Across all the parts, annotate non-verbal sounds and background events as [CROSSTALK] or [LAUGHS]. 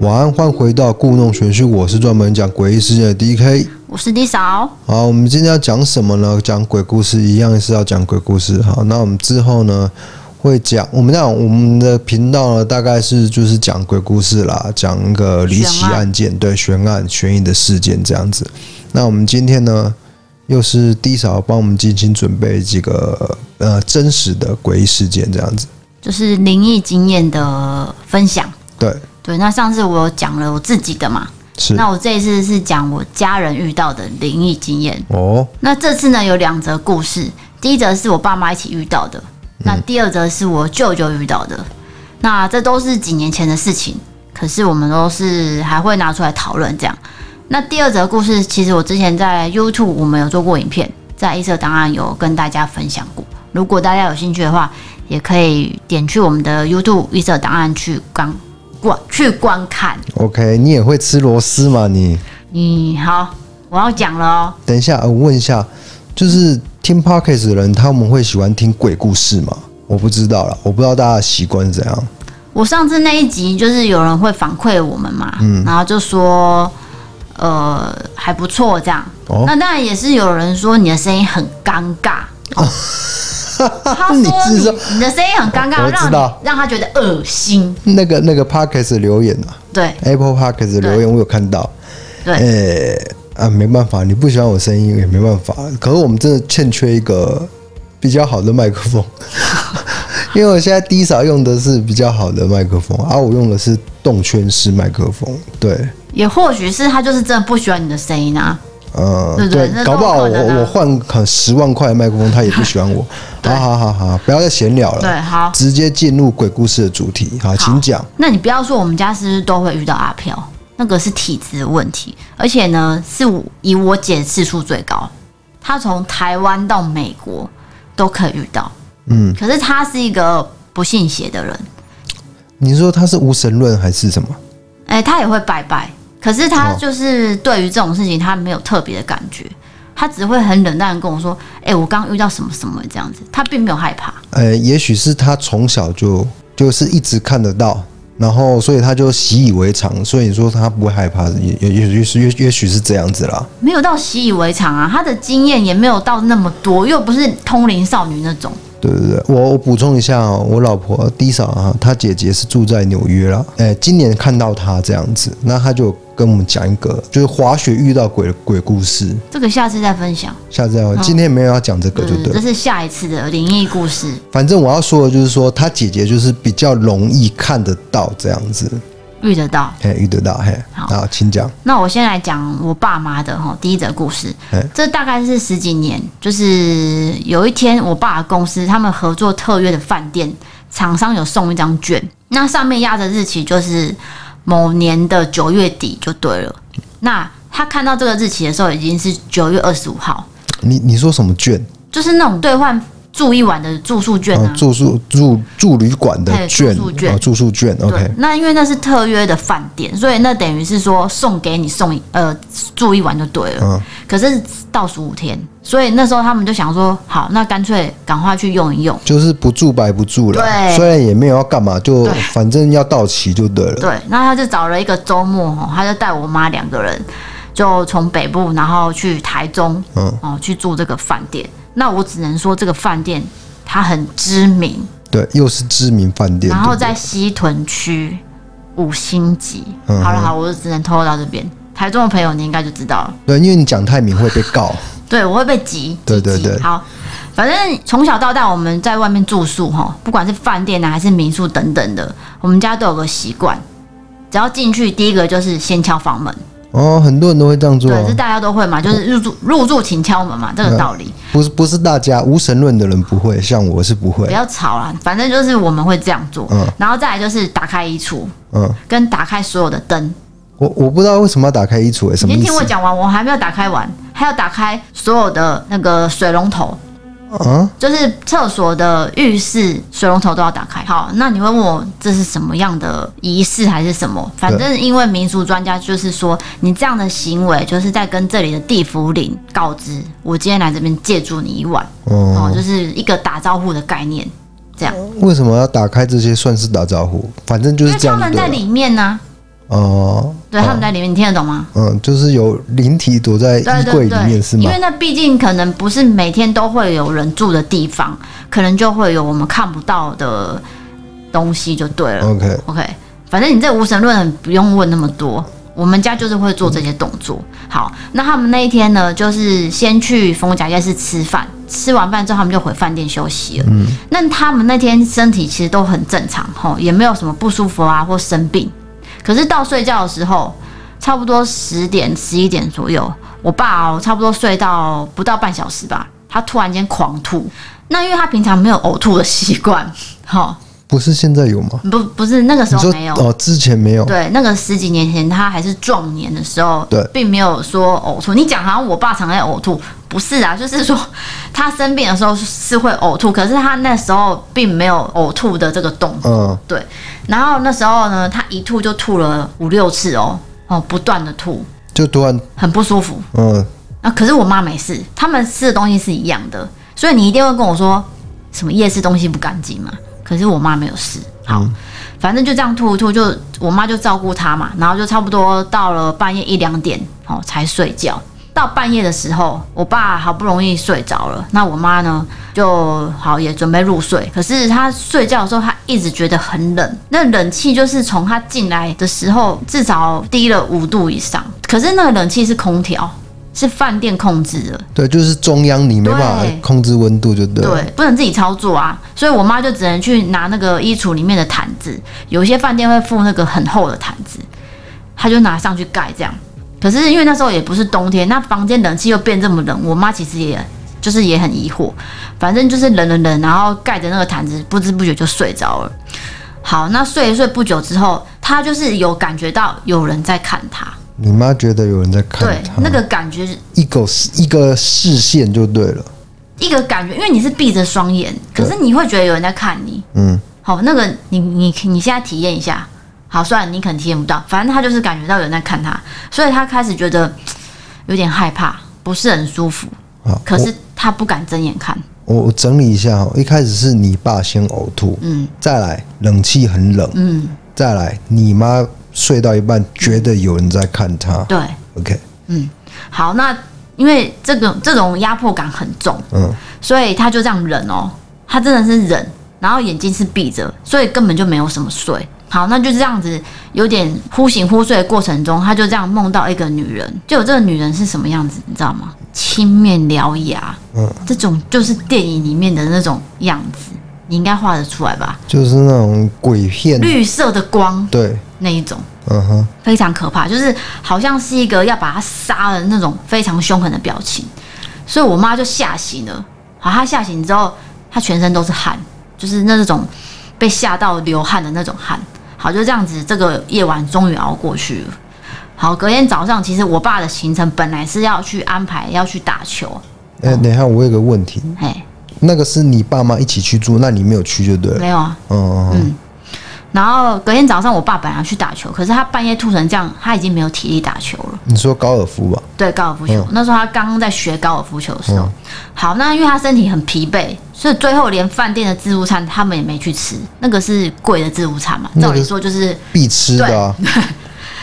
晚安，欢迎回到故弄玄虚，我是专门讲诡异事件的 DK。我是哦 D 嫂，好，我们今天要讲什么呢？讲鬼故事，一样是要讲鬼故事。好，那我们之后呢会讲，我们那我们的频道呢大概是就是讲鬼故事啦，讲那个离奇悬案案件，对，悬案、悬疑的事件这样子。那我们今天呢又是 D 嫂帮我们精心准备几个呃真实的诡异事件这样子。就是灵异经验的分享。对，对，那上次我有讲了我自己的嘛，是那我这一次是讲我家人遇到的灵异经验。哦，那这次呢有两则故事，第一则是我爸妈一起遇到的，那第二则是我舅舅遇到的。那这都是几年前的事情，可是我们都是还会拿出来讨论这样。那第二则故事，其实我之前在 YouTube 我们有做过影片，在一色档案有跟大家分享过。如果大家有兴趣的话，也可以点去我们的 YouTube 一色档案去观观去观看。 OK，你也会吃螺丝嘛你？你好，我要讲了哦。等一下，呃我问一下，就是听 podcast 的人，他们会喜欢听鬼故事吗？我不知道啦，我不知道大家的习惯是怎样。我上次那一集就是有人会反馈我们嘛，嗯然后就说，呃，还不错这样。哦那当然也是有人说你的声音很尴尬，他 [LAUGHS] 说你是说你你的声音很尴我尬，我知让道你让他觉得恶心。那个那个 podcast 的留言啊对，Apple podcast 的留言我有看到，对，诶、啊，没办法，你不喜欢我声音也没办法。可是我们真的欠缺一个比较好的麦克 [LAUGHS] 风，因为我现在低嫂用的是比较好的麦克风，而、我用的是动圈式麦克风，对。也或许是他就是真的不喜欢你的声音啊。呃对，不对那都搞不好有可能我啊我换可十万块的麦克风，他也不喜欢 [LAUGHS] 我。啊好好好好，不要再闲聊了。对好直接进入鬼故事的主题。好，请讲。那你不要说我们家是不是都会遇到阿飘，那个是体质的问题，而且呢，是我以我姐次数最高，她从台湾到美国都可以遇到。嗯，可是她是一个不信邪的人，你说他是无神论还是什么？哎、她也会拜拜，可是她哦就是对于这种事情她没有特别的感觉，她只会很冷淡的跟我说：“哎、我刚遇到什么什么这样子。”她并没有害怕。呃，也许是他从小就就是一直看得到，然后所以他就习以为常，所以你说他不会害怕，也也也许是也也许是这样子啦。没有到习以为常啊，她的经验也没有到那么多，又不是通灵少女那种。对对对，我我补充一下、哦，我老婆 D 嫂啊，她姐姐是住在纽约啦，哎，今年看到她这样子，那她就跟我们讲一个就是滑雪遇到鬼的鬼故事，这个下次再分享。下次再会今天没有要讲这个，对不嗯，这对？是下一次的灵异故事。反正我要说的就是说，她姐姐就是比较容易看得到这样子，遇得到，嘿，遇得到，嘿，好好，请讲，那我先来讲我爸妈的哈第一则故事嗯。这大概是十几年，就是有一天我爸的公司他们合作特约的饭店厂商有送一张券，那上面压着日期就是某年的九月底就对了。那他看到这个日期的时候已经是九月二十五号，你你说什么券？就是那种兑换住一晚的住宿券哦啊，住宿住住旅馆的嘿券，住宿券哦住宿券对，OK，，那因为那是特约的饭店，所以那等于是说送给你送一呃住一晚就对了。嗯可是倒数五天，所以那时候他们就想说，好，那干脆赶快去用一用。就是不住白不住了，对虽然也没有要干嘛，就对反正要到期就对了。对，那他就找了一个周末哦，他就带我妈两个人，就从北部然后去台中，嗯哦去住这个饭店。那我只能说这个饭店它很知名，对，又是知名饭店，然后对在西屯区五星级。嗯哼好了好，我就只能透露到这边。台中的朋友你应该就知道了。不对，对因为你讲太明会被告。对，我会被急。对急对急对好，反正从小到大我们在外面住宿哈，不管是饭店啊还是民宿等等的，我们家都有个习惯，只要进去第一个就是先敲房门，哦，很多人都会这样做啊、对，这大家都会嘛，就是入住入住请敲门嘛，嗯这个道理。不是不是大家无神论的人不会，像我是不会不。要吵啦，反正就是我们会这样做。嗯然后再来就是打开衣橱嗯，跟打开所有的灯，我我不知道为什么要打开衣橱、欸，什么你意思？先听我讲完，我还没有打开完，还要打开所有的那个水龙头。啊，就是厕所的浴室水龙头都要打开。好，那你会问我这是什么样的仪式还是什么？反正因为民俗专家就是说，你这样的行为就是在跟这里的地府灵告知，我今天来这边借住你一晚，哦，哦，就是一个打招呼的概念，这样，为什么要打开这些算是打招呼？反正就因是为这他样就们对在了。里面呢、哦，对，他们在里面，你听得懂吗？嗯，就是有灵体躲在对衣柜对里面是对，因吗为？那毕竟可能不是每天都会有人住的地方，可能就会有我们看不到的东西，就对了。 OK， OK，反正你这无神论很不用问那么多。我们家就是会做这些动作。好，那他们那一天呢，就是先去逢甲夜市吃饭，吃完饭之后他们就回饭店休息了。嗯，那他们那天身体其实都很正常，吼，也没有什么不舒服啊或生病。可是到睡觉的时候，差不多十点十一点左右，我爸哦，差不多睡到不到半小时吧，他突然间狂吐。那因为他平常没有呕吐的习惯，哈，不是现在有吗？不不是那个时你候说没有，哦，之前没有，对，那个十几年前他还是壮年的时候，对并没有说呕吐。你讲好像我爸常在呕吐，不是啊，就是说他生病的时候是会呕吐，可是他那时候并没有呕吐的这个动作。嗯，对，然后那时候呢，他一吐就吐了五六次哦，哦，不断的吐，就突然，很不舒服。嗯，啊，可是我妈没事，他们吃的东西是一样的，所以你一定会跟我说什么夜市东西不干净嘛。可是我妈没有事，好，嗯反正就这样吐一吐，就我妈就照顾她嘛，然后就差不多到了半夜一两点哦才睡觉。到半夜的时候，我爸好不容易睡着了，那我妈呢就好也准备入睡。可是她睡觉的时候，她一直觉得很冷，那冷气就是从她进来的时候至少低了五度以上。可是那个冷气是空调，是饭店控制的，对，就是中央你没办对法控制温度，就对了。对，不能自己操作啊，所以我妈就只能去拿那个衣橱里面的毯子，有一些饭店会附那个很厚的毯子，她就拿上去盖这样。可是因为那时候也不是冬天，那房间冷气又变这么冷，我妈其实也就是也很疑惑，反正就是冷冷冷，然后盖着那个毯子，不知不觉就睡着了。好，那睡一睡不久之后，她就是有感觉到有人在看她，你妈觉得有人在看对，她，那个感觉一个一个视线就对了。一个感觉，因为你是闭着双眼，可是你会觉得有人在看你。嗯，好，那个你你你现在体验一下。好，虽然你可能体验不到，反正他就是感觉到有人在看他，所以他开始觉得嘖有点害怕，不是很舒服。好，可是他不敢睁眼看，我我我整理一下哦，一开始是你爸先呕吐，嗯再来冷气很冷，嗯，再来你妈睡到一半觉得有人在看她。对， OK，好，那因为这个这种压迫感很重，嗯，所以他就这样忍哦，他真的是忍，然后眼睛是闭着，所以根本就没有什么睡。好，那就这样子，有点忽醒忽睡的过程中，他就这样梦到一个女人，就有这个女人是什么样子，你知道吗？青面獠牙，嗯，这种就是电影里面的那种样子，你应该画得出来吧？就是那种鬼片，绿色的光对，那一种，嗯哼，非常可怕，就是好像是一个要把他杀了那种非常凶狠的表情，所以我妈就吓醒了。好，她吓醒之后，她全身都是汗，就是那种被吓到流汗的那种汗。好，就这样子，这个夜晚终于熬过去了。好，隔天早上，其实我爸的行程本来是要去安排要去打球，哎、哦等一下，我有个问题，哎，那个是你爸妈一起去住，那你没有去就对了。没有啊。嗯嗯然后隔天早上，我爸本来要去打球，可是他半夜吐成这样，他已经没有体力打球了。你说高尔夫吧？对高尔夫球，嗯那时候他刚刚在学高尔夫球的时候，好，那因为他身体很疲惫，所以最后连饭店的自助餐他们也没去吃，那个是贵的自助餐嘛，那个照理说就是必吃的啊，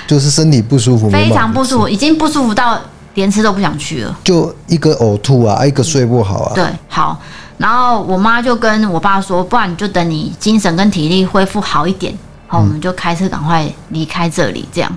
就是身体不舒服， [LAUGHS] 非没办常法不舒服，已经不舒服到连吃都不想去了。就一个呕吐啊，一个睡不好啊。对，好，然后我妈就跟我爸说，不然你就等你精神跟体力恢复好一点，好，我们就开车赶快离开这里，这样。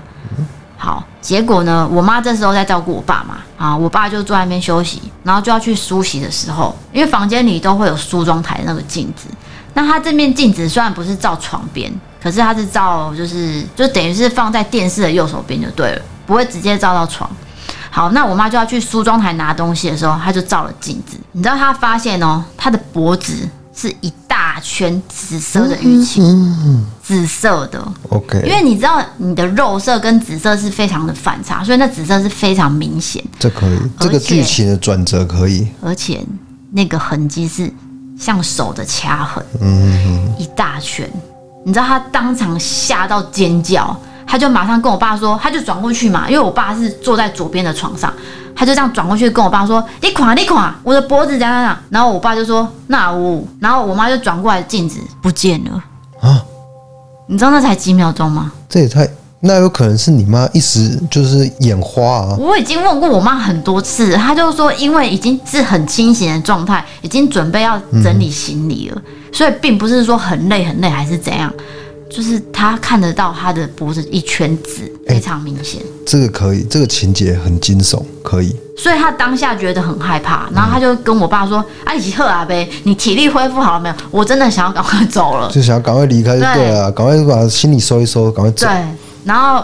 好，结果呢，我妈这时候在照顾我爸嘛，啊，我爸就坐在那边休息，然后就要去梳洗的时候，因为房间里都会有梳妆台那个镜子，那它这面镜子虽然不是照床边，可是它是照就是就等于是放在电视的右手边就对了，不会直接照到床。好，那我妈就要去梳妆台拿东西的时候，她就照了镜子。你知道她发现哦，她的脖子是一大圈紫色的淤青，紫色的。因 OK，为你知道你的肉色跟紫色是非常的反差，所以那紫色是非常明显，这可以，这个剧情的转折可以。而且那个痕迹是像手的掐痕，嗯，一大圈。你知道他当场吓到尖叫，他就马上跟我爸说，他就转过去嘛，因为我爸是坐在左边的床上，他就这样转过去跟我爸说：“你垮，你垮，我的脖子怎样怎样。”然后我爸就说：“那呜。”然后我妈就转过来，镜子不见了。啊，你知道那才几秒钟吗？这也太……那有可能是你妈一时就是眼花啊，我已经问过我妈很多次，她就说因为已经是很清醒的状态，已经准备要整理行李了，所以并不是说很累很累还是怎样，就是她看得到她的脖子一圈紫，非常明显，这个可以，这个情节很惊悚，可以。所以她当下觉得很害怕，然后她就跟我爸说：“啊，一起喝啊呗，你体力恢复好了没有？我真的想要赶快 [LAUGHS] 走了。”就想要赶快离开就对了啊，赶快把行李收一收，赶快走对。，然后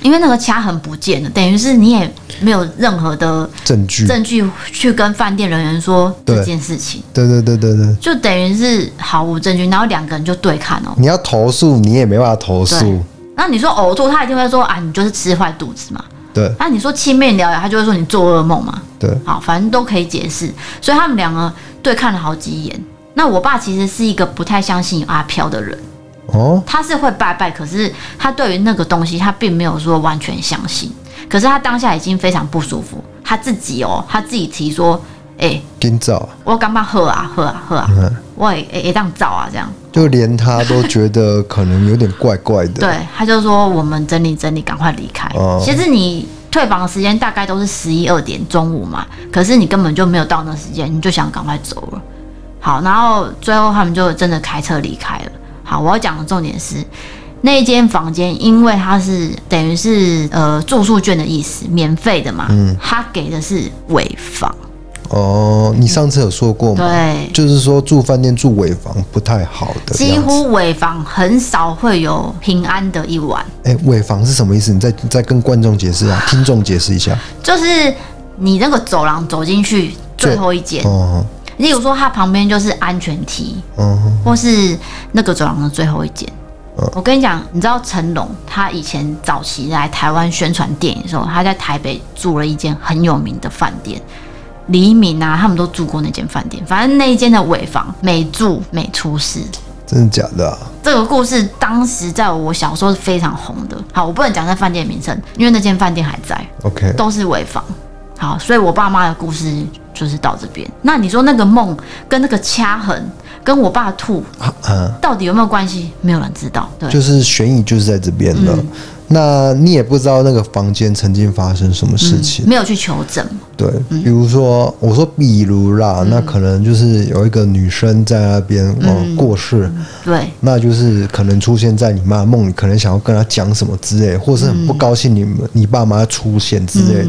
因为那个掐痕不见了，等于是你也没有任何的证据，证据去跟饭店人员说嗯对这件事情。对对对对对，就等于是毫无证据，然后两个人就对看哦。你要投诉你也没办法投诉对，那你说呕吐，他一定会说啊，你就是吃坏肚子嘛。对那你说青面獠牙，他就会说你做噩梦嘛。对，好，反正都可以解释。所以他们两个对看了好几眼。那我爸其实是一个不太相信有阿飘的人，哦，他是会拜拜，可是他对于那个东西，他并没有说完全相信。可是他当下已经非常不舒服，他自己哦，他自己提说，哎、今早我感觉喝啊喝啊喝啊，嗯我也也也这样找啊这样。就连他都觉得可能有点怪怪的，对，他就说我们整理整理，赶快离开。哦其实你退房的时间大概都是十一二点中午嘛，可是你根本就没有到那时间，你就想赶快走了。好，然后最后他们就真的开车离开了。好，我要讲的重点是，那一间房间，因为它是等于是呃住宿券的意思，免费的嘛，嗯，他给的是尾房，哦，你上次有说过吗？对，就是说住饭店住尾房不太好的样子，几乎尾房很少会有平安的一晚。哎，尾房是什么意思？你再再跟观众解释 [SIGHS] 啊，听众解释一下。就是你那个走廊走进去最后一间，哦例如说它旁边就是安全梯，哦，或是那个走廊的最后一间。我跟你讲，你知道成龙他以前早期来台湾宣传电影的时候，他在台北住了一间很有名的饭店，黎明啊，他们都住过那间饭店。反正那一间的尾房每住每出事，真的假的啊？这个故事当时在我小时候是非常红的。好，我不能讲那饭店名称，因为那间饭店还在。 OK，都是违法。好，所以我爸妈的故事就是到这边。那你说那个梦跟那个掐痕，跟我爸吐啊啊，到底有没有关系？没有人知道。对，就是悬疑就是在这边了。嗯那你也不知道那个房间曾经发生什么事情，没有去求证。对，嗯比如说我说比如啦，那可能就是有一个女生在那边哦、嗯过世，对，那就是可能出现在你妈的梦里，可能想要跟她讲什么之类，或是很不高兴你们、你爸妈出现之类的，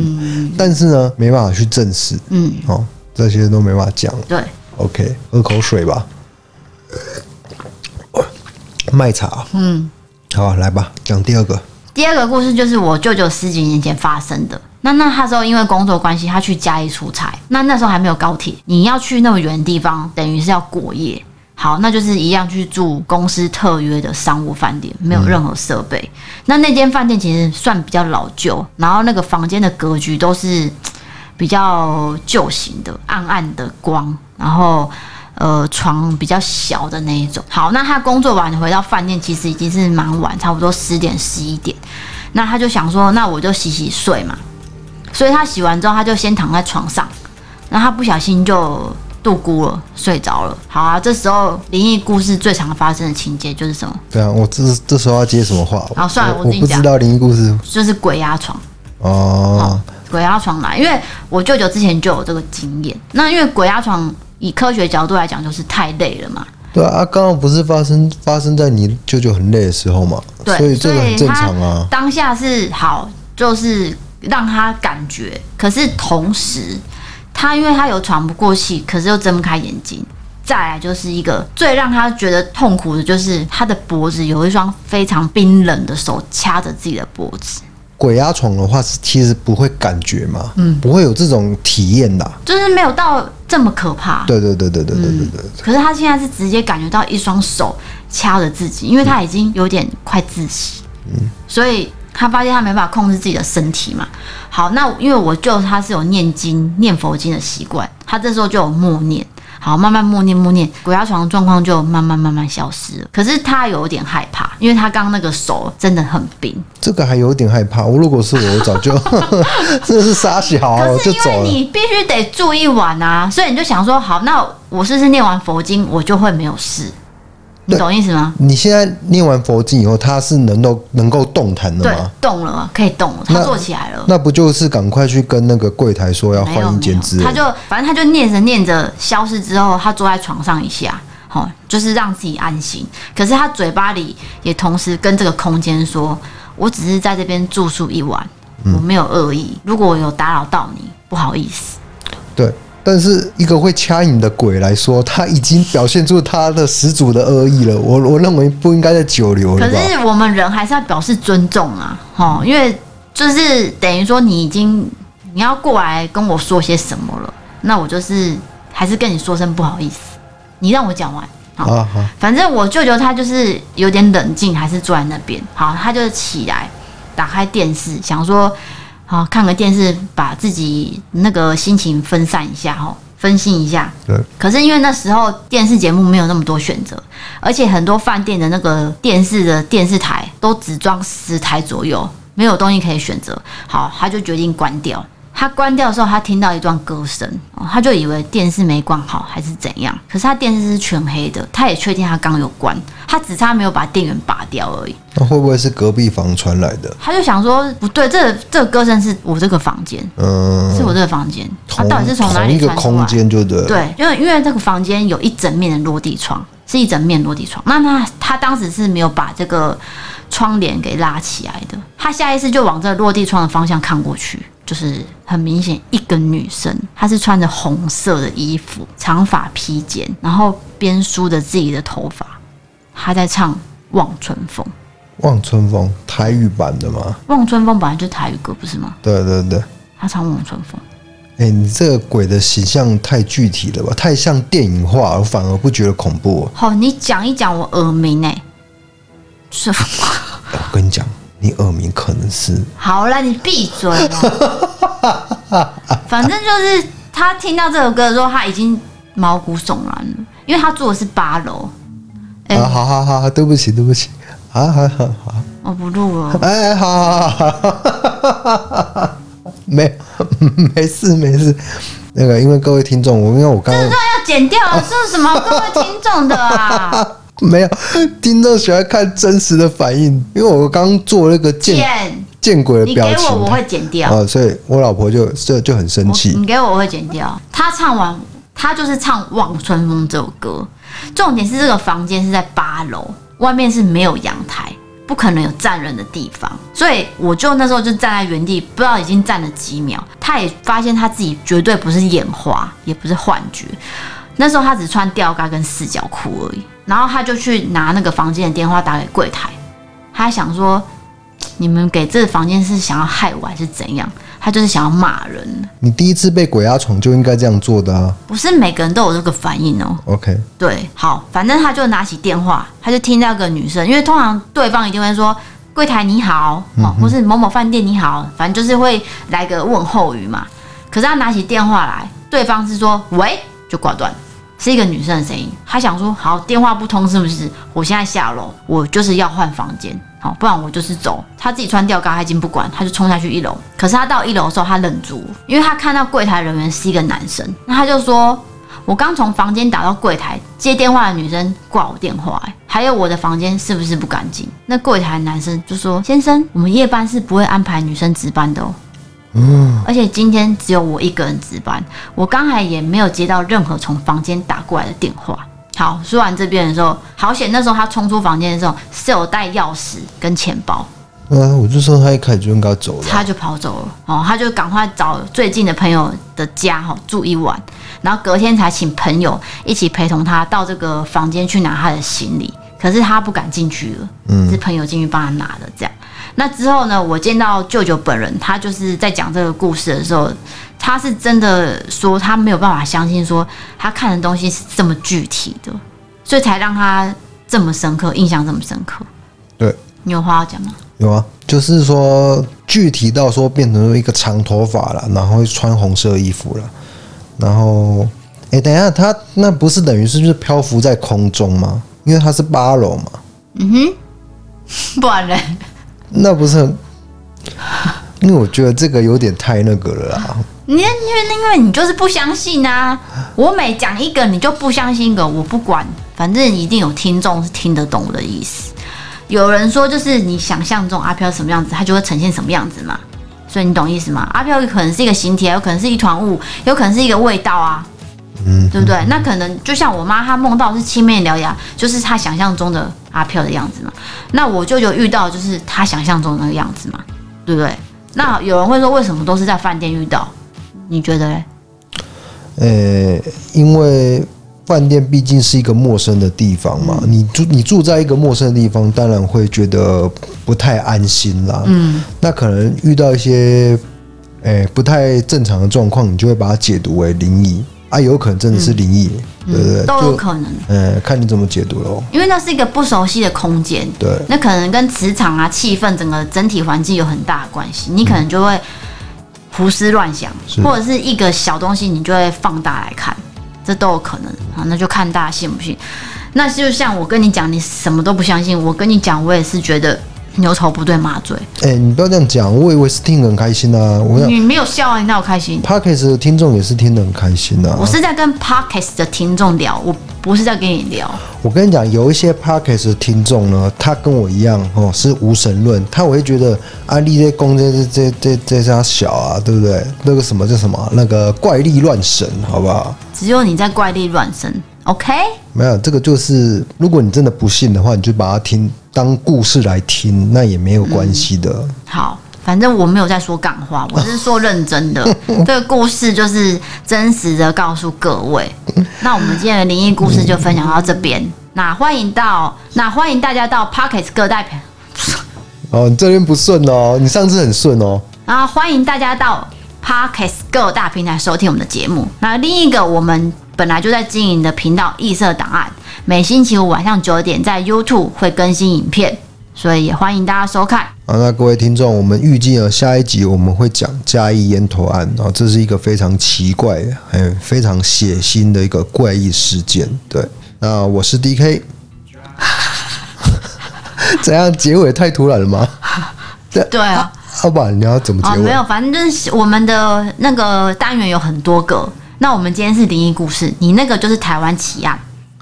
但是呢没办法去证实嗯，哦，这些都没办法讲。对， OK，喝口水吧，麦茶，嗯。好来吧，讲第二个，第二个故事就是我舅舅十几年前发生的。那那他时候因为工作关系，他去嘉义出差，那那时候还没有高铁，你要去那么远的地方，等于是要过夜。好，那就是一样去住公司特约的商务饭店，没有任何设备。那那间饭店其实算比较老旧，然后那个房间的格局都是比较旧型的，暗暗的光，然后呃床比较小的那一种。好，那他工作完回到饭店，其实已经是蛮晚，差不多十点十一点。那他就想说，那我就洗洗睡嘛。所以他洗完之后，他就先躺在床上，然后他不小心就度孤了，睡着了。好啊，这时候灵异故事最常发生的情节就是什么？对啊，我这这时候要接什么话？好算了我我自己不讲知道灵异故事就是鬼压床。哦哦，鬼压床来，因为我舅舅之前就有这个经验。那因为鬼压床，以科学角度来讲，就是太累了嘛。对啊，啊刚刚不是发生发生在你舅舅很累的时候嘛，对，所以这个很正常所以他啊。当下是好，就是让他感觉，可是同时他因为他有喘不过气，可是又睁不开眼睛。再来就是一个最让他觉得痛苦的，就是他的脖子有一双非常冰冷的手掐着自己的脖子，鬼压床的话，其实不会感觉嘛，嗯，不会有这种体验的啊。就是没有到这么可怕。对对对对对对对对，可是他现在是直接感觉到一双手掐着自己，因为他已经有点快窒息，所以他发现他没办法控制自己的身体嘛。好，那因为我舅他是有念经、念佛经的习惯，他这时候就有默念。好，慢慢默念默念，鬼压床的状况就慢慢慢慢消失了。可是他有点害怕，因为他刚刚那个手真的很冰。这个还有点害怕。我如果是我，我早就 [LAUGHS] 真的是傻小，我可是哦就因为走了。你必须得住一晚啊，所以你就想说，好，那我试试念完佛经，我就会没有事。你对懂意思吗？你现在念完佛经以后，他是能够能够动弹的对吗？，动了，可以动了，他那坐起来了。那不就是赶快去跟那个柜台说要没有换一没间有，之类他的？就反正他就念着念着消失之后，他坐在床上一下，好、就是让自己安心。可是他嘴巴里也同时跟这个空间说：“我只是在这边住宿一晚，嗯我没有恶意。如果我有打扰到你，不好意思。对，但是一个会掐你的鬼来说，他已经表现出他的十足的恶意了。我我认为不应该再久留可了吧？是我们人还是要表示尊重啊，哦，因为就是等于说你已经你要过来跟我说些什么了，那我就是还是跟你说声不好意思，你让我讲完。好啊哈，反正我舅舅他就是有点冷静，还是坐在那边。好，他就起来，打开电视，想说，好看个电视，把自己那个心情分散一下，哦，分心一下。对，可是因为那时候电视节目没有那么多选择，而且很多饭店的那个电视的电视台都只装十台左右，没有东西可以选择。好，他就决定关掉。他关掉的时候，他听到一段歌声，哦他就以为电视没关好还是怎样。可是他电视是全黑的，他也确定他刚有关，他只差没有把电源拔掉而已。那会不会是隔壁房传来的？他就想说，不对，这这个歌声是我这个房间，嗯，是我这个房间，他、同到底是从哪同里一个传出空来？间就对了。对，因为因为这个房间有一整面的落地窗，是一整面落地窗。那他他当时是没有把这个窗帘给拉起来的，他下意识就往这落地窗的方向看过去，就是很明显一个女生，她是穿着红色的衣服，长发披肩，然后边梳着自己的头发，她在唱《望春风》。望春风台语版的嘛， 《望春风》本来就是台语歌，不是吗？对对对。她唱《望春风》。哎、你这个鬼的形象太具体了吧，太像电影化了，我反而不觉得恐怖、哦。好，你讲一讲我耳鸣哎、是。我跟你讲，你耳鸣可能是好了，你闭嘴了。反正就是他听到这首歌的时候，他已经毛骨悚然了，因为他住的是八楼。哎、啊，好好好，对不起对不起，啊好好好，我哦不录 [LAUGHS] 了。哎好好好好，没没事没事，那个因为各位听众，我因为我刚刚那要哎剪掉了，这是什么各位听众的啊？没有听众喜欢看真实的反应，因为我刚刚做那个见剪，见鬼的你给表我，情我会剪掉。啊，所以我老婆就就就很生我嗯气。你给我，我会剪掉。他唱完，他就是唱《望春风》这首歌。重点是这个房间是在八楼，外面是没有阳台，不可能有站人的地方。所以我就那时候就站在原地，不知道已经站了几秒。他也发现他自己绝对不是眼花，也不是幻觉。那时候他只穿吊嘎跟四角裤而已，然后他就去拿那个房间的电话打给柜台，他想说。你们给这个房间是想要害我还是怎样？他就是想要骂人。你第一次被鬼压床就应该这样做的啊。不是每个人都有这个反应哦。 OK，对，好，反正他就拿起电话，他就听到一个女生，因为通常对方一定会说“柜台你好”哦，或是“某某饭店你好”，反正就是会来个问候语嘛。可是他拿起电话来，对方是说“喂”，就挂断，是一个女生的声音。他想说：“好，电话不通是不是？我现在下楼，我就是要换房间，好，不然我就是走。”他自己穿吊嘎，他已经不管，他就冲下去一楼。可是他到一楼的时候，他愣住，因为他看到柜台人员是一个男生，那他就说。我刚从房间打到柜台，接电话的女生挂我电话、欸还有我的房间是不是不干净？那柜台的男生就说：“先生，我们夜班是不会安排女生值班的哦。”嗯，而且今天只有我一个人值班，我刚才也没有接到任何从房间打过来的电话。好，说完这边的时候，好险，那时候他冲出房间的时候是有带钥匙跟钱包，啊，我就说他一开始就应该走了啊。他就跑走了。哦，他就赶快找最近的朋友的家哈、哦、住一晚，然后隔天才请朋友一起陪同他到这个房间去拿他的行李。可是他不敢进去了，是朋友进去帮他拿的。这样，那之后呢，我见到舅舅本人，他就是在讲这个故事的时候，他是真的说他没有办法相信，说他看的东西是这么具体的，所以才让他这么深刻，印象这么深刻。对，你有话要讲吗？有啊，就是说具体到说变成一个长头发了，然后穿红色衣服了，然后，哎、等一下，他那不是等于是就是漂浮在空中吗？因为他是八楼嘛， [LAUGHS] 不然嘞，那不是很？因为我觉得这个有点太那个了啦。你因为因为你就是不相信啊！我每讲一个你就不相信一个，我不管，反正一定有听众是听得懂我的意思。有人说就是你想象中阿飘什么样子，它就会呈现什么样子嘛，所以你懂意思吗？阿飘有可能是一个形体啊，有可能是一团雾，有可能是一个味道啊，嗯，对不对？那可能就像我妈，她梦到是青面獠牙，就是她想象中的阿飘的样子嘛。那我舅舅遇到就是她想象中的那个样子嘛，对不对？那有人会说，为什么都是在饭店遇到？你觉得嘞？呃、因为饭店毕竟是一个陌生的地方嘛，嗯你住你住在一个陌生的地方，当然会觉得不太安心啦。嗯，那可能遇到一些，诶、不太正常的状况，你就会把它解读为灵异啊，有可能真的是灵异，对不对？嗯都有就可能，呃，看你怎么解读喽。因为那是一个不熟悉的空间，对，那可能跟磁场啊、气氛、整个整体环境有很大的关系。你可能就会胡思乱想，是或者是一个小东西，你就会放大来看，这都有可能啊。那就看大家信不信。那就像我跟你讲，你什么都不相信，我跟你讲，我也是觉得牛头不对马嘴。哎、你不要这样讲，我以为是听得很开心啊。我想你没有笑啊，你那我开心。 p a d k a s 的听众也是听得很开心啊。我是在跟 Podcast 的听众聊，我不是在跟你聊。我跟你讲，有一些 podcast 的听众呢，他跟我一样哦，是无神论，他我会觉得啊，你这公这这这这这家小啊，对不对？那个什么叫什么？那个怪力乱神，好不好？只有你在怪力乱神，OK？没有，这个就是，如果你真的不信的话，你就把它听当故事来听，那也没有关系的。好，反正我没有在说港话，我是说认真的。这个故事就是真实的告诉各位。那我们今天的灵异故事就分享到这边。那欢迎到，那欢迎大家到 Pocket 各大平，哦，你这边不顺哦，你上次很顺哦。啊，欢迎大家到 Pocket 各大平台收听我们的节目。那另一个我们本来就在经营的频道异色档案，每星期五晚上九点在 YouTube 会更新影片，所以也欢迎大家收看。啊，那各位听众，我们预计呢，下一集我们会讲嘉义烟头案，然后这是一个非常奇怪的，还有非常血腥的一个怪异事件。对，那我是 D K，怎样？结尾太突然了吗？对啊。要不然你要怎么哦，结没尾？有，反正就是我们的那个单元有很多个。那我们今天是灵异故事，你那个就是台湾奇案，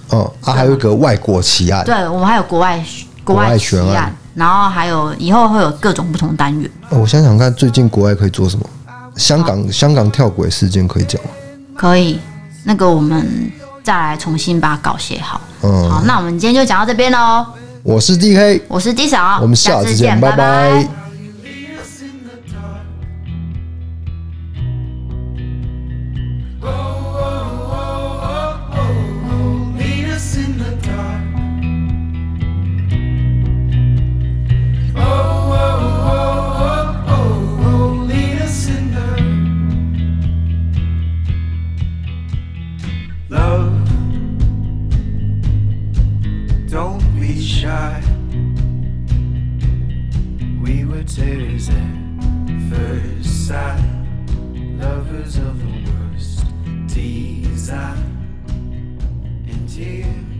哦、啊，还有一个外国奇案。对我们还有国外国啊国外外奇悬案案，然后还有以后会有各种不同单元，哦我想想看，最近国外可以做什么？香港香港跳轨事件可以讲吗？可以那个我们再来重新把稿写好。好嗯，，那我们今天就讲到这边喽。我是 D K，我是 D 嫂，我们下次次见，拜拜拜 It's in the dark. Oh, oh, oh, oh, oh, oh, meet us in the dark. Oh, oh, oh, oh, oh, oh, lead us in the love. Don't be shy. We were tears at first sight, lovers of the worst design. And here